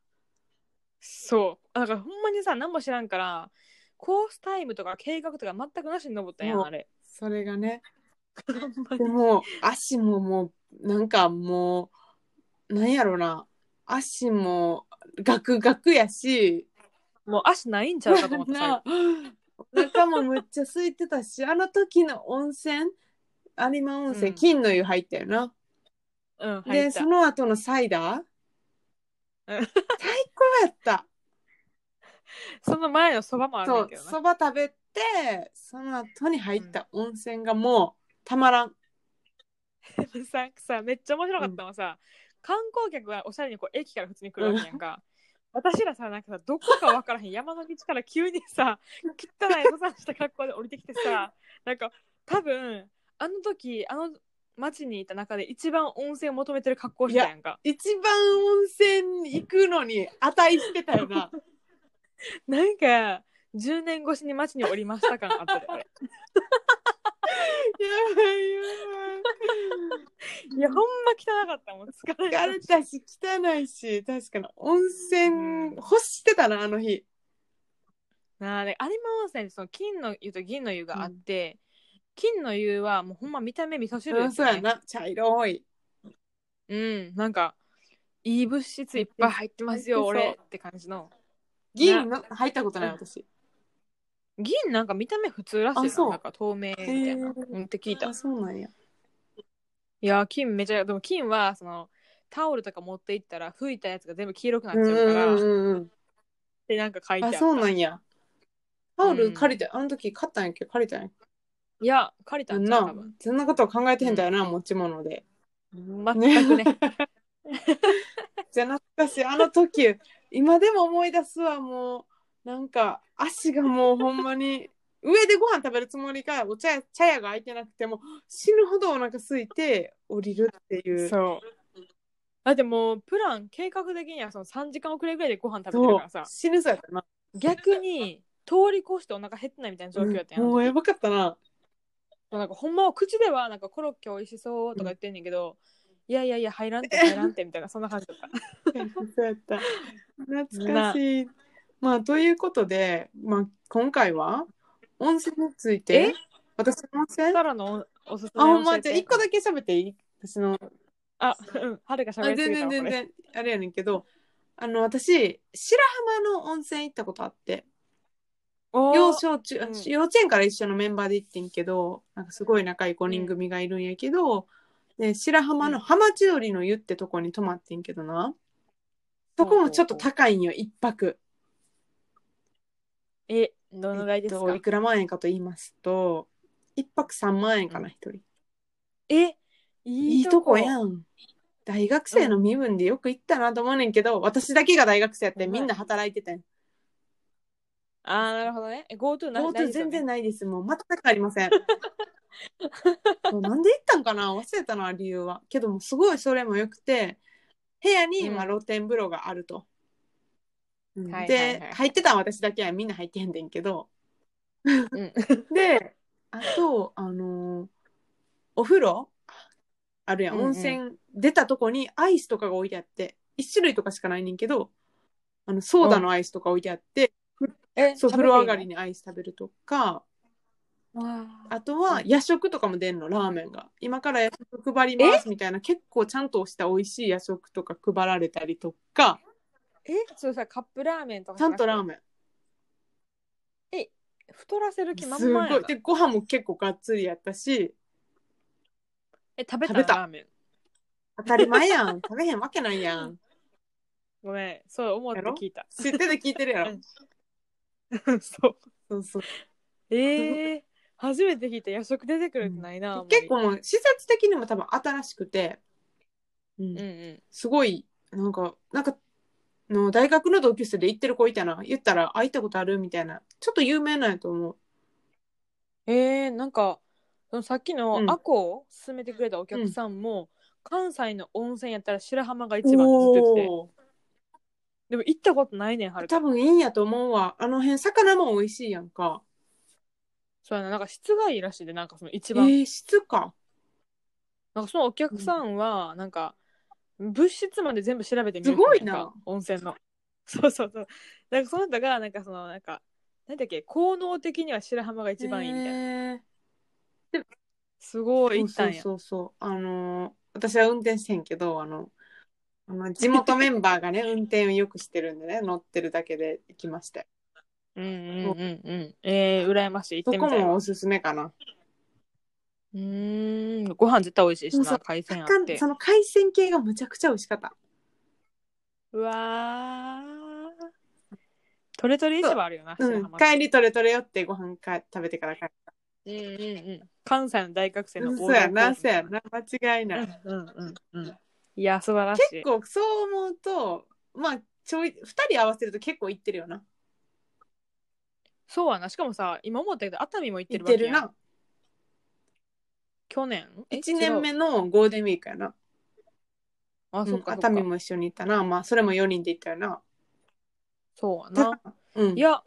そうあだからほんまにさ何も知らんからコースタイムとか計画とか全くなしに登ったやうんんあれそれがね、ほんまでにも足ももうなんかもうなんやろな足もガクガクやしもう足ないんちゃうかと思った最後 なお腹もむっちゃ空いてたしあの時の温泉有馬温泉、うん金の湯入ったよなうん入でったその後のサイダーうん最高やったその前のそばもあるんそだうけどなそば食べてその後に入った温泉がもうたまらんささめっちゃ面白かったのはさ、観光客がおしゃれにこう駅から普通に来るわけやんか、私らさなんかさどこかわからへん山の道から急にさ汚い登山した格好で降りてきてさなんか多分あの時あの町にいた中で一番温泉を求めてる格好してたやんか一番温泉に行くのに値してたよ ななんか10年越しに町に降りました感あったであれやば いやほんま汚かったもん疲れいやばい。疲れたし汚いし確かに温泉干してたなあの日。なあで有馬温泉ってその金の湯と銀の湯があって、金の湯はもうほんま見た目味噌汁うんですそようねやな茶色い。うん、なんか、いい物質いっぱい入ってますよ、入ってそう俺って感じの。銀の入ったことない私。銀なんか見た目普通らしいあそな、うなんか透明みたいな。へーうんって聞いた。いあそうなんや。や、金めちゃ、でも金は、その、タオルとか持っていったら、拭いたやつが全部黄色くなっちうんゃううから、んうんで、なんか書いうてあん。っあた。そうなんや。タオうルん借りて、あの時買ったんやっけ借りたんやっいや、借りけたんちゃうな多分。そんなことは考えてへんだよな、持ち物で。全くね。 じゃ懐かしいあの時今でも思い出すわもうなんか足がもうほんまに上でご飯食べるつもりかお茶や茶屋が空いてなくても死ぬほどお腹空いて降りるっていうそう。あ、でも、プラン、計画的にはその3時間遅れぐらいでご飯食べてそるうからさ、死ぬそうやったな、逆に、通り越してお腹減ってないみたいな状況やったやん。もうやばかった ななんかほんまは口ではなんかコロッケ美味しそうとか言ってんねんけど、いやいやいや入らんって入らんってみたいなそんな感じだった。 そうやった懐かしいまあということで、まあ、今回は温泉についてえ私の温泉サラのおおすすあめ教えて。ほんまじゃあ1個だけ喋っていい私のあ、うん、はるか喋ありす全ぎ然たわ全これ。然あれやねんけどあの私白浜の温泉行ったことあっておー幼少中、あうん幼稚園から一緒のメンバーで行ってんけどなんかすごい仲いい5人組がいるんやけど、で白浜の浜千鳥の湯ってとこに泊まってんけどな、そこもちょっと高いんよ一泊、え、どのぐらいえっですか、と、いくら万円かと言いますと一泊3万円かな一人、え、いいいいととここやん大学生の身分でよく行ったなと思うねんけど、私だけが大学生やってみんな働いてたんああ、なるほどね。え GoTo な冒頭全然ないないです。もう全くありませ ん。そうなんで行ったんかな忘れたな、理由は。けども、すごいそれもよくて、部屋に、うんまあ、露天風呂があると。うんはいはいはいで、入ってたん私だけやみんな入ってへんねんけど。ですよね。で、あと、あのーお風呂あるやん。うんうん温泉出たとこにアイスとかが置いてあって、一種類とかしかないねんけど、あの、ソーダのアイスとか置いてあって、うん。えそう、風呂上が。食べてりいいにアイス食べるとか、のああとは夜食とかも出んの、ラーメンが。今から夜食配りますみたいな、結構ちゃんとした美味しい夜食とか配られたりとか、ーえ、そうさ、カップラーメンとかちゃんとラーン。メン。太らせる気満す々やごい。な。で、ご飯も結構がっつりやったし、え、食べた食べたラーメン。当たり前やん。食べへんわけないやん。ごめん、そう思ってやろ聞いた。知ってて聞いてるやろ。 そう。そうそう。ええー、初めて聞いた夜食出てくるってないな。あんまり結。構もう施設的にも多分新しくて、ううんん、うん。すごいなんかなんかの大学の同級生で行ってる子いたな言ったら「あ行ったことある?」みたいなちょっと有名なんやと思うえー、なんかそのさっきうのんアコを勧めてくれたお客さんも、関西の温泉やったら白浜が一番って言ってておでも行ったことないねんはーるか多分いいんやと思うわあの辺魚も美味しいやんかそうやななんか質がいいらしいでなんかそのえ一番、ー、質かなんかそのお客さんはなんか物質まで全部調べてみるすごいなんか温泉のそうそうそうなんかその人がなんかそのなんかなんだっけ効能的には白浜が一番いいみたいな、えすごいー行ったんやそうそうそうそうあのー私は運転してへんけどあのあの地元メンバーが ね運転をよくしてるんでね乗ってるだけで行きましたようんうんうんうんえー、羨ましいそ行ってみこたいわもおすすめかなうーんご飯絶対美味しいしそうそなう海鮮あかんってその海鮮系がむちゃくちゃ美味しかった。うわートレトレ市場あるよな、う白ん、浜帰りとれとれよってご飯か食べてから帰っうんうんうん関西の大学生た。のそうやな、コそうやーな、間違いスない。うんうんうんうんいや素晴らしい結構そう思うと、まあ、ちょい、二人合わせると結構いってるよな。そうやなしかもさ今思ったけど熱海も行っていっるわけてやんるな。去年え1年違う目のゴールデンウィークやな。あうんそうかそう熱か海も一緒に行ったな。まあ、それも4人で行ったよな。そうやなうんい。や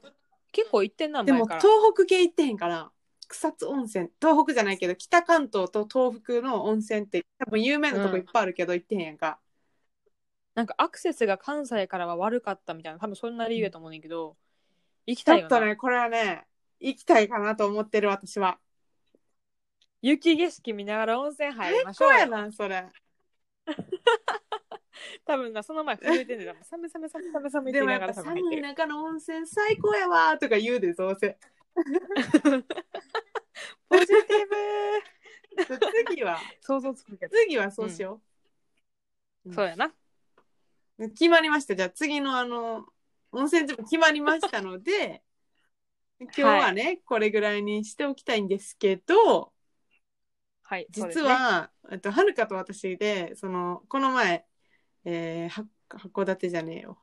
結構行ってんなで前も、から東北系行ってへんから、草津温泉、東北じゃないけど、北関東と東北の温泉って多分有名なとこいっぱいあるけど行ってへんやんか。なんかアクセスが関西からは悪かったみたいな多分そんな理由やと思うねんけど、行きちたいょよっとなね、これはね、行きたいかなと思ってる私は。雪景色見ながら温泉入りましょそううよやな、それ。多分なその前震えてんで多分寒い寒い寒い寒い寒いでって言いもやなっがらぱ多分入っ寒ている中の温泉最高やわーとか言うで、どうせ。 ポジティ次は、ブ想像つくけど次はそうしようんそうやなう。決まりました。じゃあ次のあの、温泉地も決まりましたの で、今日はね、これぐらいにしておきたいんですけど、はい実は、えっとはるかと私で、その、この前、えーは函館じゃねえよ。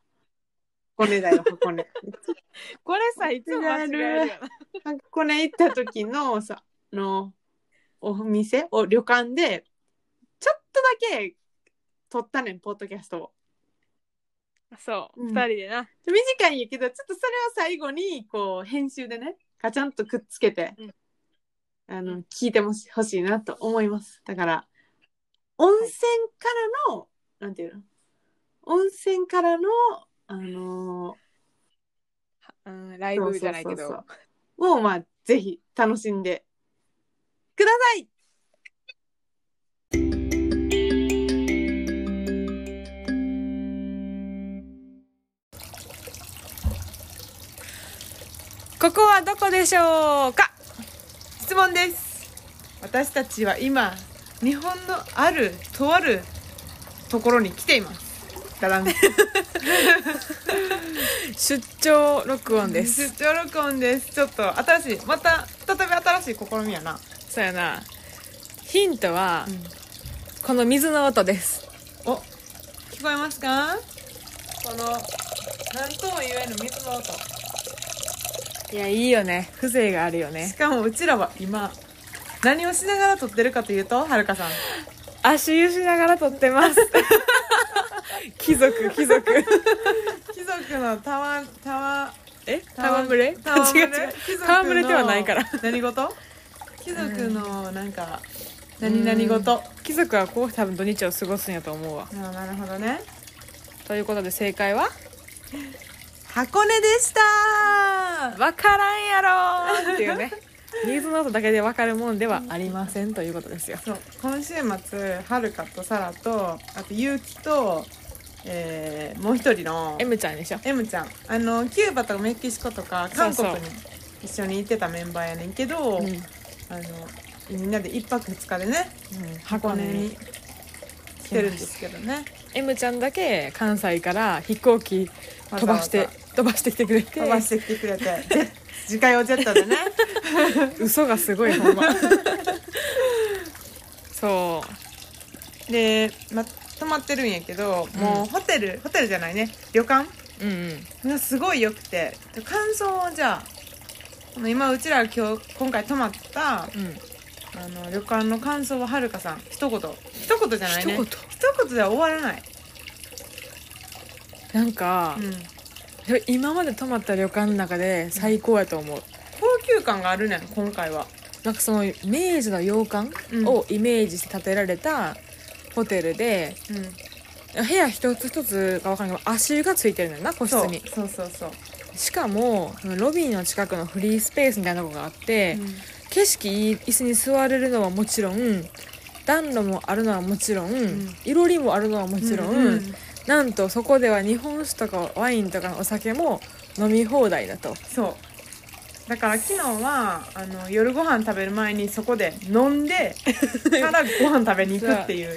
箱根だよ、箱根。そうですねこれさいつも間違えるよななんかこれ行った時のさあのお店お旅館でちょっとだけ撮ったねんポッドキャストをそううん二人でな短いんやけどちょっとそれを最後にこう編集でねガチャンとくっつけて、うんあの聞いてもしほしいなと思いますだから温泉からの、なんていうの温泉からのあのーうんライブじゃないそけうそうどそうをまあぜひ楽しんでくださいここはどこでしょうか質問です私たちは今日本のあるとあるところに来ていますだらん出張録音です出張録音ですちょっと新しいまた再び新しい試みやなそうやなヒントはうんこの水の音です聞こえますかこの何とも言えぬ水の音いや、いいよね。風情があるよしね。かもうちらは今何をしながら撮ってるかというとはるかさん足湯しながら撮ってます。貴族、貴族。貴族のたわたわえ戯れ違う違う。戯戯れてはないから何事貴族のなんか何々事貴族はこう多分土日を過ごすんやと思うわ。ああなるほどねということで正解は箱根でした分からんやろーってい うね水の音だけで分かるもんではありませんということですよそう今週末はるかとさらとあとゆうきと、えーもう一人の M ちゃんでしょ M ちゃんあのキューバとかメキシコとか韓国に一緒に行ってたメンバーやねんけどうんあのみんなで1泊2日でね箱根に来てるんですけどね M ちゃんだけ関西から飛行機飛ばしてわざ飛ばしてきてくれて飛ばしてきてく れてぜ自家用ジェットでね嘘がすご いほんまそで、ま、泊まってるんやけどもうホテル、ホテルじゃないね旅館ううんうんがすごい良くてで感想をじゃあこの今うちらが今日今回泊まったうんあの旅館の感想ははるかさん一言一言じゃないね一言一言では終わらない、なんかう、ん、でも今まで泊まった旅館の中で最高やと思う高級感があるねん今回はなんかその明治の洋館うんをイメージして建てられたホテルで、うん部屋一つ一つが分からんけど足湯がついてるのよな個室そうにそうそうそう、しかもそのロビーの近くのフリースペースみたいなとこがあって、景色いい椅子に座れるのはもちろん暖炉もあるのはもちろん、んいろりもあるのはももちろん、なんとそこでは日本酒とかワインとかのお酒も飲み放題だとそうだから昨日はあの夜ご飯食べる前にそこで飲ん でからご飯食べに行くっていう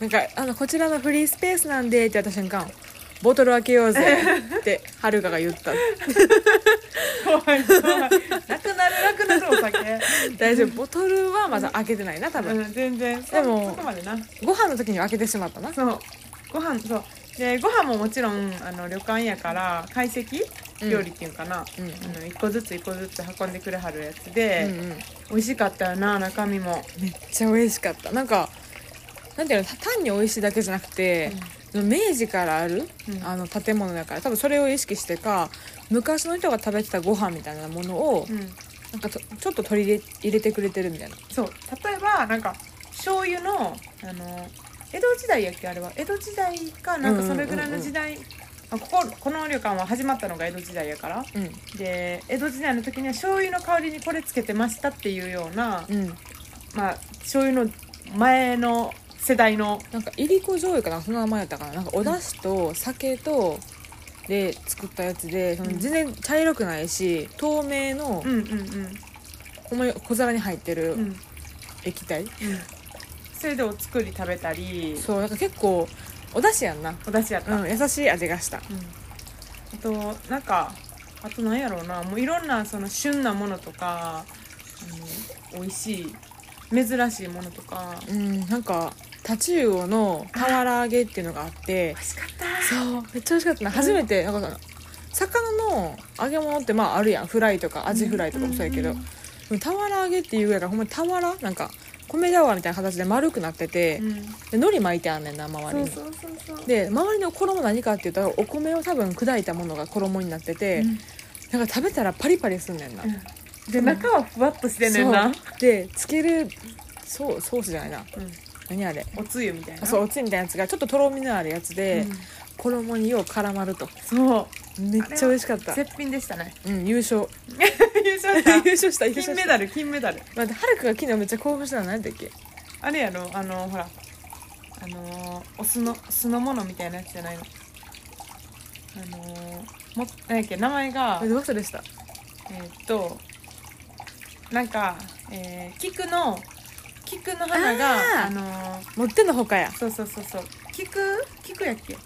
なんかあのこちらのフリースペースなんでって言った瞬間ボトル開けようぜってはるかが言った怖い怖いなくなるなくなるお酒大丈夫ボトルはまだ開けてないな多分、うん全然そでもそこまでなご飯の時に開けてしまったなそうご飯そうでご飯ももちろんあの旅館やから懐石うん料理っていうかな、うんうんあの一個ずつ一個ずつ運んでくれはるやつで、うんうんめっ美味しかったよな中身もちゃ美味しかったなんかなんていうのた単に美味しいだけじゃなくて、明治からある、うんあの建物だから多分それを意識してか昔の人が食べてたご飯みたいなものを、うんなんかとちょっと取り入れ入れてくれてるみたいなそう例えばなんか醤油のあの江戸時代やっけあれは江戸時代かなんかそれぐらいの時代、あこここの旅館は始まったのが江戸時代やからうんで江戸時代の時には醤油の代わりにこれつけてましたっていうような、うんまあ醤油の前の世代のなんかいりこ醤油かなその名前やったかななんかお出汁と酒とで作ったやつでそうのん全然茶色くないし透明のうんうんうん米小皿に入ってるうん液体、それでお作り食べたりそうなんか結構お出汁やんなお出汁やった、うん優しい味がしたうんあとなんかあとなんやろうなもういろんなその旬なものとか、あの美味しい珍しいものとかうんなんかタチウオの瓦揚げっていうのがあって味しかっそうめっちゃ美味しかったな初めてなんかその魚の揚げ物ってまああるやんフライとかアジフライとかもそうやけど、うんでも俵揚げっていうぐらいからほんまに俵なんか米俵みたいな形で丸くなってて、うん、で海苔巻いてあんねんな周りそうにそうそうそうで周りの衣何かって言ったらお米を多分砕いたものが衣になってて、うんなんか食べたらパリパリすんねんな、うんで中はふわっとしてんねんなそうでつけるそうソースじゃないなうん何あれおつゆみたいなあそうおつゆみたいなやつがちょっととろみのあるやつうで、ん衣によう絡まるとそうめっちゃ美味しかった絶品でした ねうん優勝優勝 優した勝した優金勝したメダル金メダル待ってはるかが昨日めっちゃ興奮したの何だっけあれやろあのほらあのーお酢の酢の物みたいなやつじゃないのあのーもなんやっけ名前があどうするしたえーっとなんか、えー、菊の菊の花があーあのー持ってんのほかやそうそうそうそう菊菊やっけ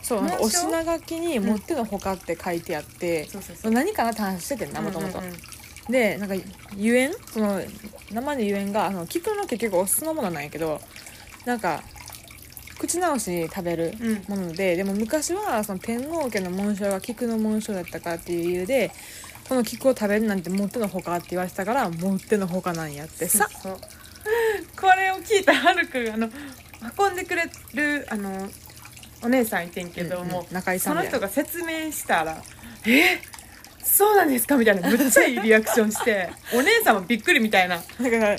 そうなんかお紋章品書きに「持ってのほか」って書いてあって、そうそうそそうの何かなって話しててんなもともとうんうんうんでなんかゆえんその生のゆえんがあの菊の結局お酢のものなんやけどなんか口直し食べるうんものででも昔はその天皇家の紋章が菊の紋章だったからっていう理由でこの菊を食べるなんてもってのほかって言われてたからもってのほかなんやってさそう そうこれを聞いたはるくんがあの運んでくれるあのお姉さんいてんけども、うん中井さそんのみたい人なが説明したら。そうなんですかみたいなむっちゃいいリアクションして お姉さんもびっくりみたいなだからい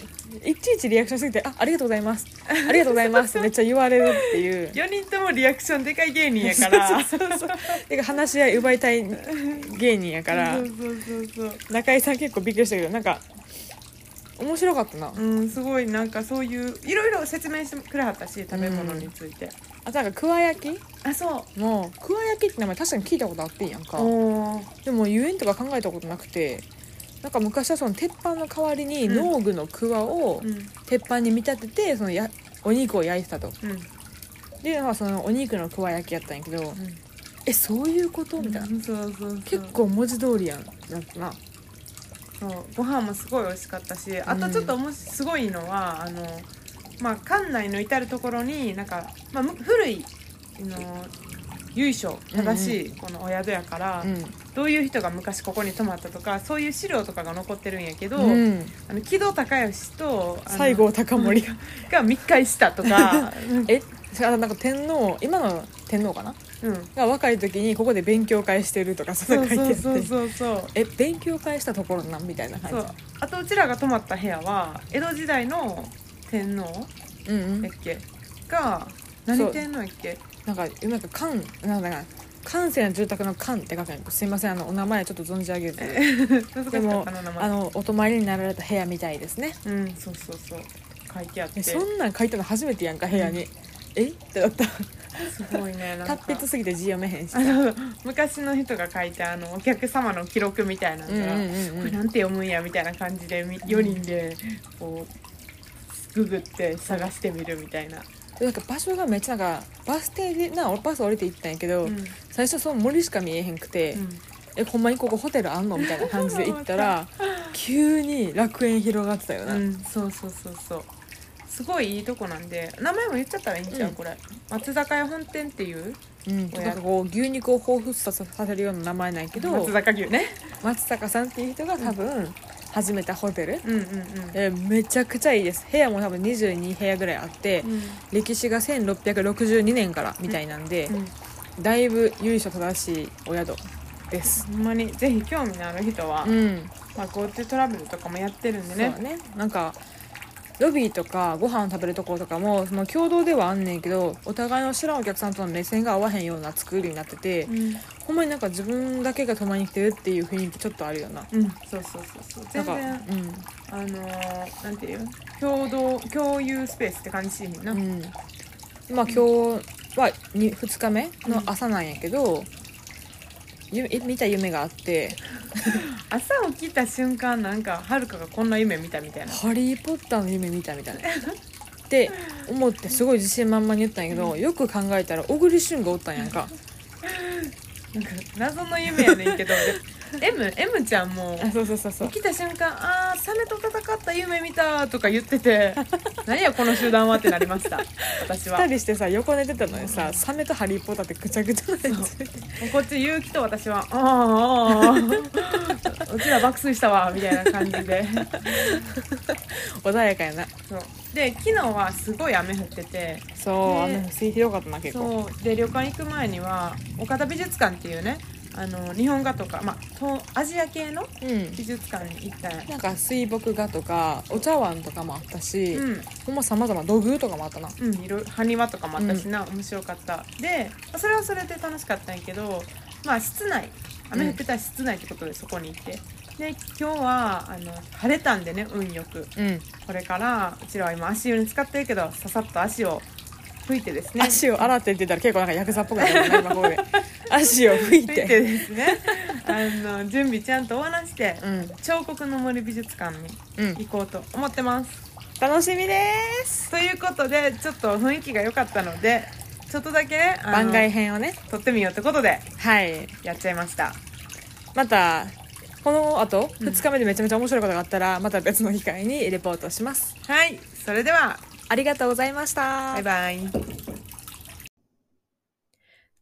ちいちリアクションすぎて「あありがとうござい ます」「ありがとうございます」ってめっちゃ言われるっていう4人ともリアクションでかい芸人やから そうそうそうてか話し合い奪いたい芸人やからそうそうそうそう中井さん結構びっくりしたけどなんか面白かったなうんすごいなんかそういういろいろ説明してくれはったし食べ物について、あとなんか桑焼きあそもう桑焼きって名前確かに聞いたことあってんやんうかおーでも遊園とか考えたことなくてなんか昔はその鉄板の代わりに農具の桑をうん鉄板に見立ててそのやお肉を焼いてたとうんで、まあ、そのお肉の桑焼きやったんやけど、えそういうことみたいな、うんそうそうそう結構文字通りやんなんかなそうご飯もすごい美味しかったしあとちょっとおもしすごいのはあの、まあ、館内の至る所になんか、まあ、む古いあの由緒正しいこのお宿やから、うんどういう人が昔ここに泊まったとかそういう資料とかが残ってるんやけど、うん、あの木戸孝允とあの西郷隆盛がが密会したと か、え あなんか天皇今の天皇かなうん、が若い時にここで勉強会してるとかそんそなうん書いてあそっうてそうそうそうえ勉強会したところなんみたいなそ感うあとうちらが泊まった部屋は江戸時代の天皇じうんうんやっけがそ何う天皇やっけなんかなんか関なんだかな関西の住宅の関って書くんやけどすいませんあのお名前ちょっと存じ上げず難しかったかな名あ前のお泊まりになられた部屋みたいですねうんそうそうそう書いてあってえすそんなん書いたの初めてやんか部屋に、えってなったごいねなんか達筆すぎて字読めへん しあの昔の人が書いたあのお客様の記録みたいなのが、これなんて読むんやみたいな感じでみ4人でこうググって探してみるみたいな、なんか場所がめっちゃなんかバス停でな俺バス降りて行ったんやけど、うん最初その森しか見えへんくて、えほんまにここホテルあんのみたいな感じで行ったら急に楽園広がってたような、んうんそうそうそうそうすごいいいとこなんで名前も言っちゃったらいいんちゃう、うんこれ松坂屋本店っていううんなんかこう牛肉を彷彿させさせるような名前なんやけど松坂牛ね松坂さんっていう人が多分始めたホテル、うんうんえーめちゃくちゃいいです部屋も多分22部屋ぐらいあって、うん歴史が1662年からみたいなんでう、んだいぶ由緒正しいお宿ですほんまにぜひ興味のある人は、うんまあ、GoTo トラベルとかもやってるんでそうねだねなんかロビーとかご飯食べるところとかもその共同ではあんねんけどお互いの知らんお客さんとの目線が合わへんような作りになってて、うん、ほんまになんか自分だけが泊まりに来てるっていう雰囲気ちょっとあるよなうん、そうそうそうそうな全んか然あのー、なんていう共同共有スペースって感じしへんな、うん、うん、まあ今日は 2, 日目の朝なんやけど、ゆえ見た夢があって朝起きた瞬間なんかはるかがこんな夢見たみたいなハリー・ポッターの夢見たみたいなって思ってすごい自信満々に言ったんやけど、よく考えたら小栗旬がおったんやんかなんか謎の夢やねんけ ど M, M ちゃんもそうそうそうそ起きた瞬間「あーサメと戦った夢見た」とか言ってて 「何やこの集団は」ってなりました私は2人してさ横寝てたのにさサメとハリー・ポッターってぐちゃぐちゃなやつもうこっち結城と私は「あーあーうちら爆睡したわ」みたいな感じで穏やかやなそうで昨日はすごい雨降っててそうね雨の水広かったな結構そうで旅館行く前には岡田美術館っていうねあの日本画とか、まあ、東アジア系のうん美術館に行ったんやなんか水墨画とかお茶碗とかもあったし、うんほんまさまざま土偶とかもあったなうん、いろいろ埴輪とかもあったしな、面白かったでまあそれはそれで楽しかったんやけどまあ室内雨降ってたら室内ってことでそこに行ってで今日はあの晴れたんでね運よくうんこれからうちらは今足湯に使ってるけどささっと足を拭いてですね足を洗ってって言ったら結構なんかヤクザっぽくなるよね今ここで 足を拭い拭ていてですねあの準備ちゃんと終わらしてうん彫刻の森美術館にうん行こうと思ってます楽しみですということでちょっと雰囲気が良かったのでちょっとだけねあの番外編をね撮ってみようってことではいやっちゃいましたまたこのあとうん2日目でめちゃめちゃ面白いことがあったらまた別の機会にレポートしますはいそれではありがとうございましたバイバイ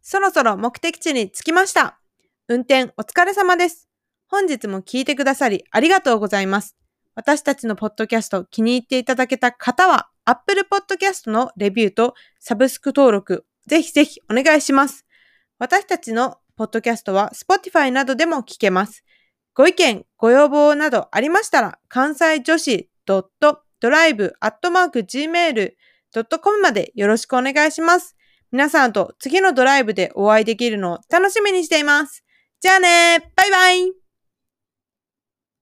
そろそろ目的地に着きました。運転お疲れ様です。本日も聞いてくださりありがとうございます。私たちのポッドキャスト気に入っていただけた方は、Apple Podcast のレビューとサブスク登録、ぜひぜひお願いします。私たちのポッドキャストは Spotify などでも聞けます。ご意見、ご要望などありましたら、関西女子 .drive.gmail.com までよろしくお願いします。皆さんと次のドライブでお会いできるのを楽しみにしています。じゃあねバイバイ